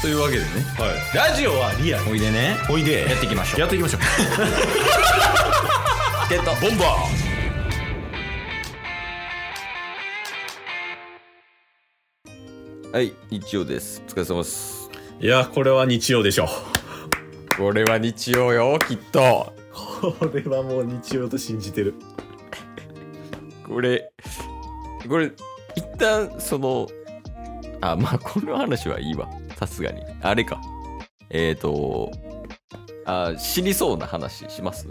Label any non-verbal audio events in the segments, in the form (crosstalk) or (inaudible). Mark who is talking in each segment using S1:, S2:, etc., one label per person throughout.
S1: というわけでね
S2: はい、ラジオはリアル
S1: おいでね
S2: おいで
S1: やっていきましょう
S2: やっていきましょう
S1: ってた
S2: ボンバ
S1: はい日曜ですお疲れ様です
S2: ーいやこれは日曜でしょ
S1: これは日曜よきっと
S2: これはもう日曜と信じてる
S1: これこれ一旦そのあまあこの話はいいわさすがにあれかえっ、ー、とあ死にそうな話します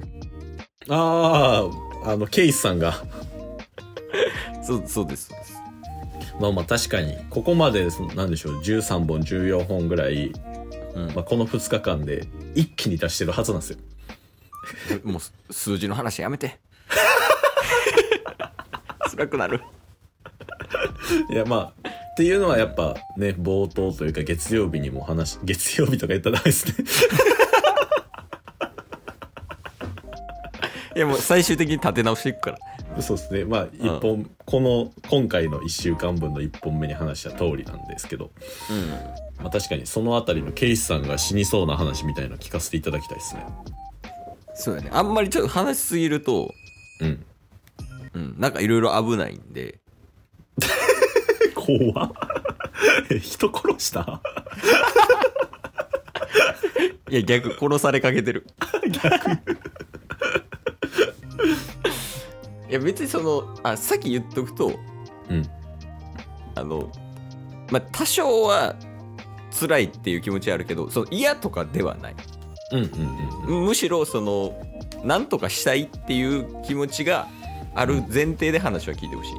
S2: あああのケイスさんが
S1: そうそうですそうです
S2: まあまあ確かにここまでそのなんでしょう13本14本ぐらい、
S1: うん
S2: まあ、この2日間で一気に出してるはずなんですよ
S1: もうす数字の話やめて (laughs) 辛くなる
S2: いやまあっていうのはやっぱね冒頭というか月曜日にも話し月曜日とか言ったらダメですね
S1: いやもう最終的に立て直していくから
S2: そうですねまあ一本、この今回の1週間分の1本目に話した通りなんですけど、
S1: う
S2: まあ、確かにそのあたりのケイスさんが死にそうな話みたいなの聞かせていただきたいですね
S1: んそうやねあんまりちょっと話しすぎると
S2: うん
S1: うんなんかいろいろ危ないんで
S2: 怖っ (laughs) え人殺した
S1: いや逆殺されかけて (laughs) る逆いや別にそのあさっき言っとくと
S2: うん
S1: あのまあ多少は辛いっていう気持ちはあるけどその嫌とかではない
S2: うんうんうん
S1: むしろそのなんとかしたいっていう気持ちがある前提で話は聞いてほしい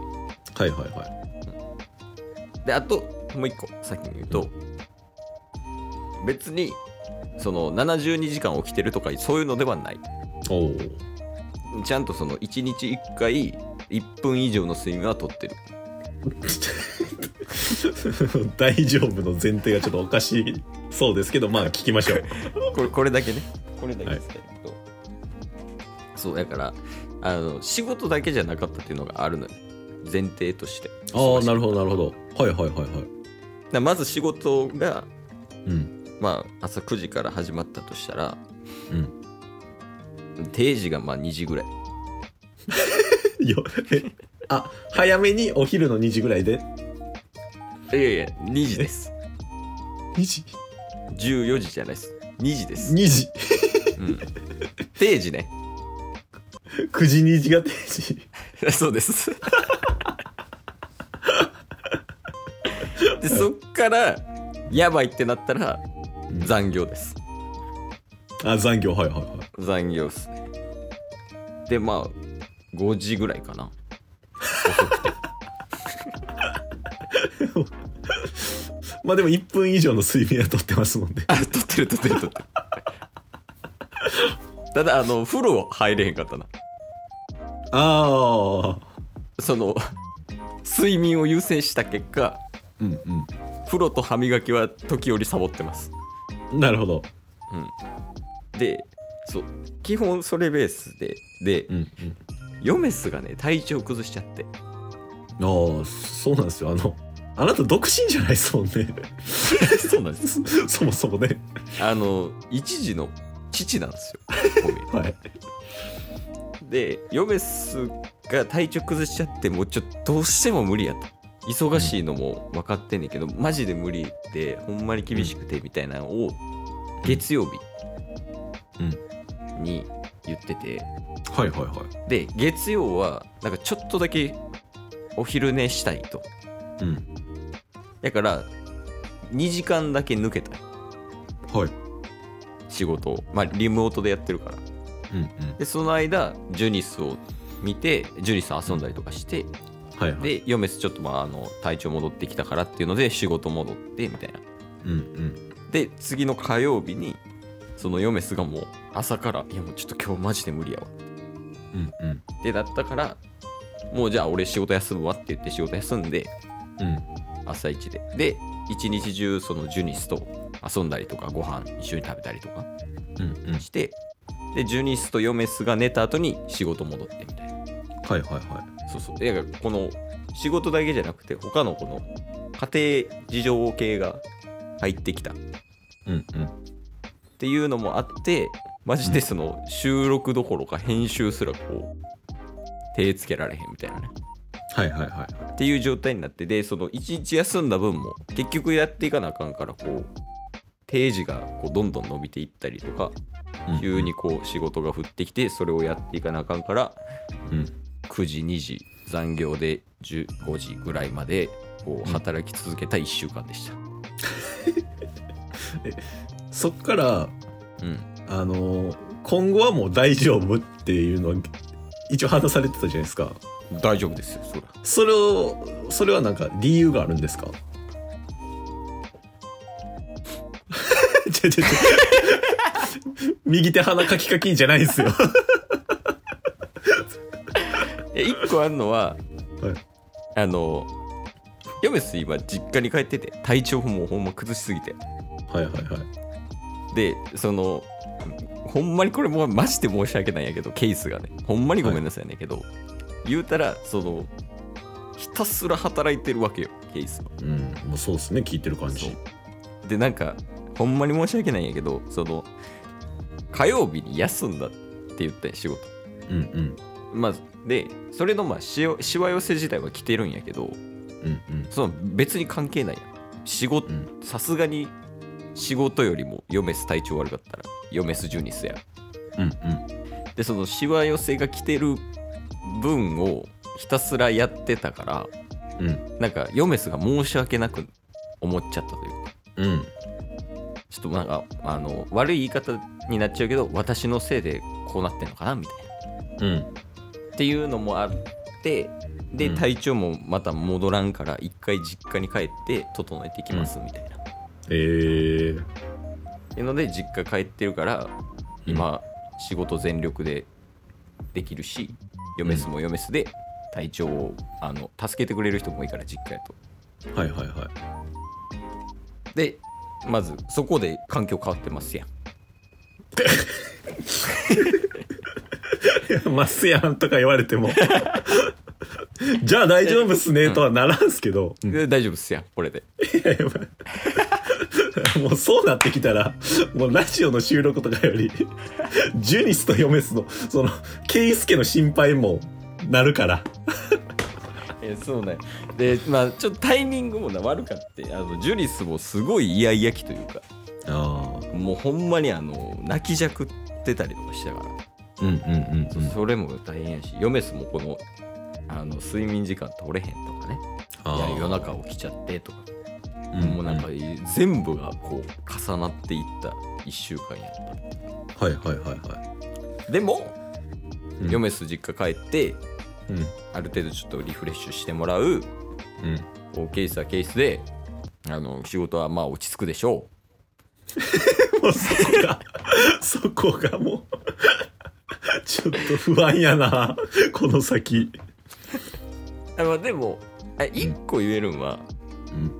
S2: はいはいはい
S1: であともう一個先に言うと、別にその72時間起きてるとかそういうのではない
S2: おおー (laughs)
S1: ちゃんとその1日1回1分以上の睡眠はとってる
S2: 大丈夫の前提がちょっとおかしいそうですけどまあ聞きましょう
S1: これこれだけねこれだけですけど、そうだからあの仕事だけじゃなかったっていうのがあるのよ前提として
S2: ああな
S1: る
S2: るほどなるほどはいはいはいはい
S1: まず仕事が
S2: うん
S1: まあ、朝9時から始まったとしたら
S2: うん
S1: 定時がまあ2時ぐらい
S2: (laughs) いやえあ早めにお昼の2時ぐらいで
S1: いやいや2時です
S2: 2時
S1: 14時じゃないです2時です、
S2: 2時
S1: うん、定時ね
S2: 9時2時が定時
S1: (laughs) そうですでそっからやばいってなったら残業です
S2: あ残業はいはいはい
S1: 残業っすねでまあ5時ぐらいかな
S2: まあでも1分以上の睡眠はとってますもんね
S1: あ撮ってる撮ってる撮ってる (laughs) ただあの風呂入れへんかったな
S2: ああ
S1: その睡眠を優先した結果
S2: うんうん
S1: 風呂と歯磨きは時折サボってます
S2: なるほど。
S1: でそう基本それベースでで、
S2: うん、
S1: ヨメスがね体調崩しちゃって
S2: うん。ああ、そうなんですよ。あの、あなた独身じゃないですもんね。 (laughs)
S1: そうなんです
S2: そもそもね。
S1: (laughs) あの一時の父なんですよごめ (laughs) ん
S2: はい。
S1: でヨメスが体調崩しちゃってもうちょっとどうしても無理やと忙しいのも分かってんねんけど、マジで無理でほんまに厳しくてみたいなのを月曜日に言ってて、
S2: はいはいは
S1: で月曜はなんかちょっとだけお昼寝したいと
S2: い。うん。
S1: だから2時間だけ抜けたい
S2: はい。
S1: 仕事をまあリモートでやってるから
S2: うんうん。
S1: でその間ジュニスを見てジュニスと遊んだりとかして
S2: はいはい。
S1: でヨメスちょっとまああの体調戻ってきたからっていうので仕事戻ってみたいな
S2: うんうん。
S1: で次の火曜日にそのヨメスがもう朝からいやもうちょっと今日マジで無理やわ
S2: うんうん。
S1: ってなったからもうじゃあ俺仕事休むわって言って仕事休んで
S2: うん。
S1: 朝一でで一日中そのジュニスと遊んだりとかご飯一緒に食べたりとか
S2: うんうん。
S1: してでジュニスとヨメスが寝た後に仕事戻ってみたいな
S2: はいはいは
S1: そうそうだからこの仕事だけじゃなくて他のこの家庭事情系が入ってきたっ
S2: うんうん
S1: ていうのもあってマジでその収録どころか編集すらこう手つけられへんみたいなね
S2: はいはいはい
S1: っていう状態になってでその一日休んだ分も結局やっていかなあかんからこう定時がこうどんどん伸びていったりとか
S2: うん
S1: 急にこう仕事が降ってきてそれをやっていかなあかんから
S2: うん
S1: 9時2時残業で15時ぐらいまでこう働き続けた1週間でした。
S2: そっから
S1: うん、
S2: あのー今後はもう大丈夫っていうのは一応話されてたじゃないですか
S1: 大丈夫ですよそれ
S2: それをそれはなんか理由があるんですかちょちょちょ右手鼻カキカキじゃないんですよは
S1: え1個あるのは、
S2: はい
S1: あのヨメス今実家に帰ってて体調もうほんま崩しすぎて
S2: いはいはい
S1: でそのほんまにこれもうマジで申し訳ないんやけどケースがねほんまにごめんなさいねんけど、言うたらそのひたすら働いてるわけよケースは
S2: うんもうそうですね聞いてる感じ
S1: そうでなんかほんまに申し訳ないんやけどその火曜日に休んだって言ったんや仕事
S2: うんうん
S1: まあでそれのまあしわしわ寄せ自体は来てるんやけど
S2: うんうん
S1: その別に関係ないやん仕事
S2: うん
S1: さすがに仕事よりもヨメス体調悪かったらヨメスジュニスや
S2: うん
S1: でそのしわ寄せが来てる分をひたすらやってたから
S2: うんうん
S1: なんかヨメスが申し訳なく思っちゃったというか
S2: うん
S1: ちょっとなんかあの悪い言い方になっちゃうけど私のせいでこうなってんのかなみたいな
S2: うん
S1: っていうのもあってで
S2: うん
S1: 体調もまた戻らんから一回実家に帰って整えていきますみたいな。
S2: えー、
S1: っていうので実家帰ってるから今仕事全力でできるし、嫁すも嫁すで体調をあの助けてくれる人も多いから実家やと
S2: はいはいはい
S1: でまずそこで環境変わってますやん
S2: い (laughs) やますやんとか言われても (laughs) じゃあ大丈夫っすねとはならんすけど、い
S1: で大丈夫っすやんこれで
S2: やいやもうそうなってきたらもうラジオの収録とかよりジュニスとヨメスのそのケイスケの心配もなるから
S1: (laughs) えそうねでまあちょっとタイミングもな悪かってあのジュリスもすごいイヤイヤ期というか
S2: あ
S1: もうほんまにあの泣きじゃくってたりとかしたから
S2: うんうんうん
S1: そそれも大変やし、ヨメスもこのあの睡眠時間取れへんとかねいや夜中起きちゃってとか、もうなんか全部がこう重なっていった1週間やっ
S2: はいはいはいは
S1: たでも、
S2: うん
S1: ヨメス実家帰って
S2: いうん
S1: ある程度ちょっとリフレッシュしてもらう
S2: うん
S1: こうケースはケースであの仕事はまあ落ち着くでしょ
S2: もうそこが (laughs) そこがもうちょっと不安やなこの先
S1: うあ、まあ、でもあ一個言えるんは、
S2: うん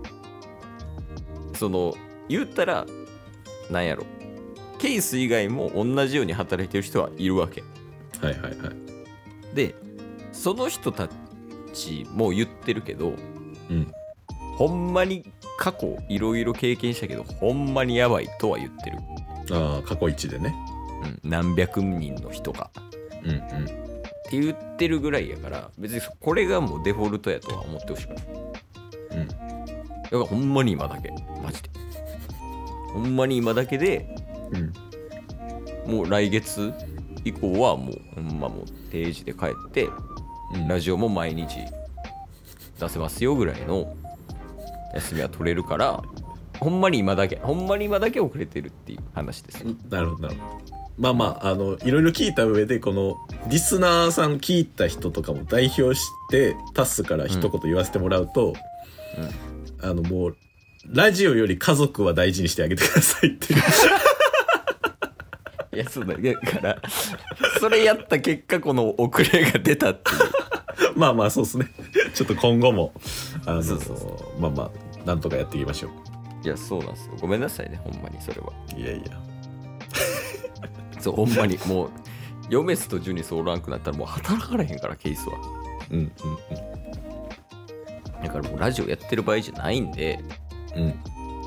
S1: その言ったらなんやろケース以外も同じように働いてる人はいるわけ
S2: はいはいはい
S1: でその人たちも言ってるけど
S2: うん
S1: ほんまに過去いろいろ経験したけどほんまにやばいとは言ってる、
S2: ああ過去一でね
S1: うん、何百人の人がっ
S2: うんうん
S1: て言ってるぐらいやから別にそこれがもうデフォルトやとは思ってほしくないだ
S2: うん
S1: からほんまに今だけマジでほんまに今だけで
S2: うん
S1: もう来月以降はもうほんまもう定時で帰って
S2: うん
S1: ラジオも毎日出せますよぐらいの休みは取れるからほんまに今だけほんまに今だけ遅れてるっていう話ですね
S2: なるほどなるほどまあまああのいろいろ聞いた上でこのリスナーさん聞いた人とかも代表してタスから一言言わせてもらうと、あのもうラジオより家族は大事にしてあげてくださいっていう (laughs)
S1: いやそうだだから (laughs) それやった結果この遅れが出たっていう
S2: まあまあそうですねちょっと今後もあの
S1: そうそう
S2: まあまあなんとかやっていきましょ
S1: いやそうなんですよごめんなさいねほんまにそれは
S2: ういやいや
S1: そうほんまにもうヨメスとジュニスおらんくなったらもう働かれへんからケースは
S2: うんうん
S1: だからもうラジオやってる場合じゃないんで
S2: うんう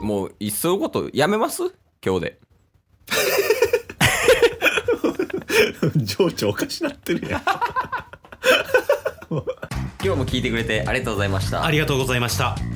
S2: ん
S1: もう、いっそのこと、やめます今日で。
S3: 情緒おかしなってるやん。
S1: 今日も聞いてくれてありがとうございました
S2: あ。りがとうございました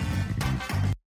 S2: す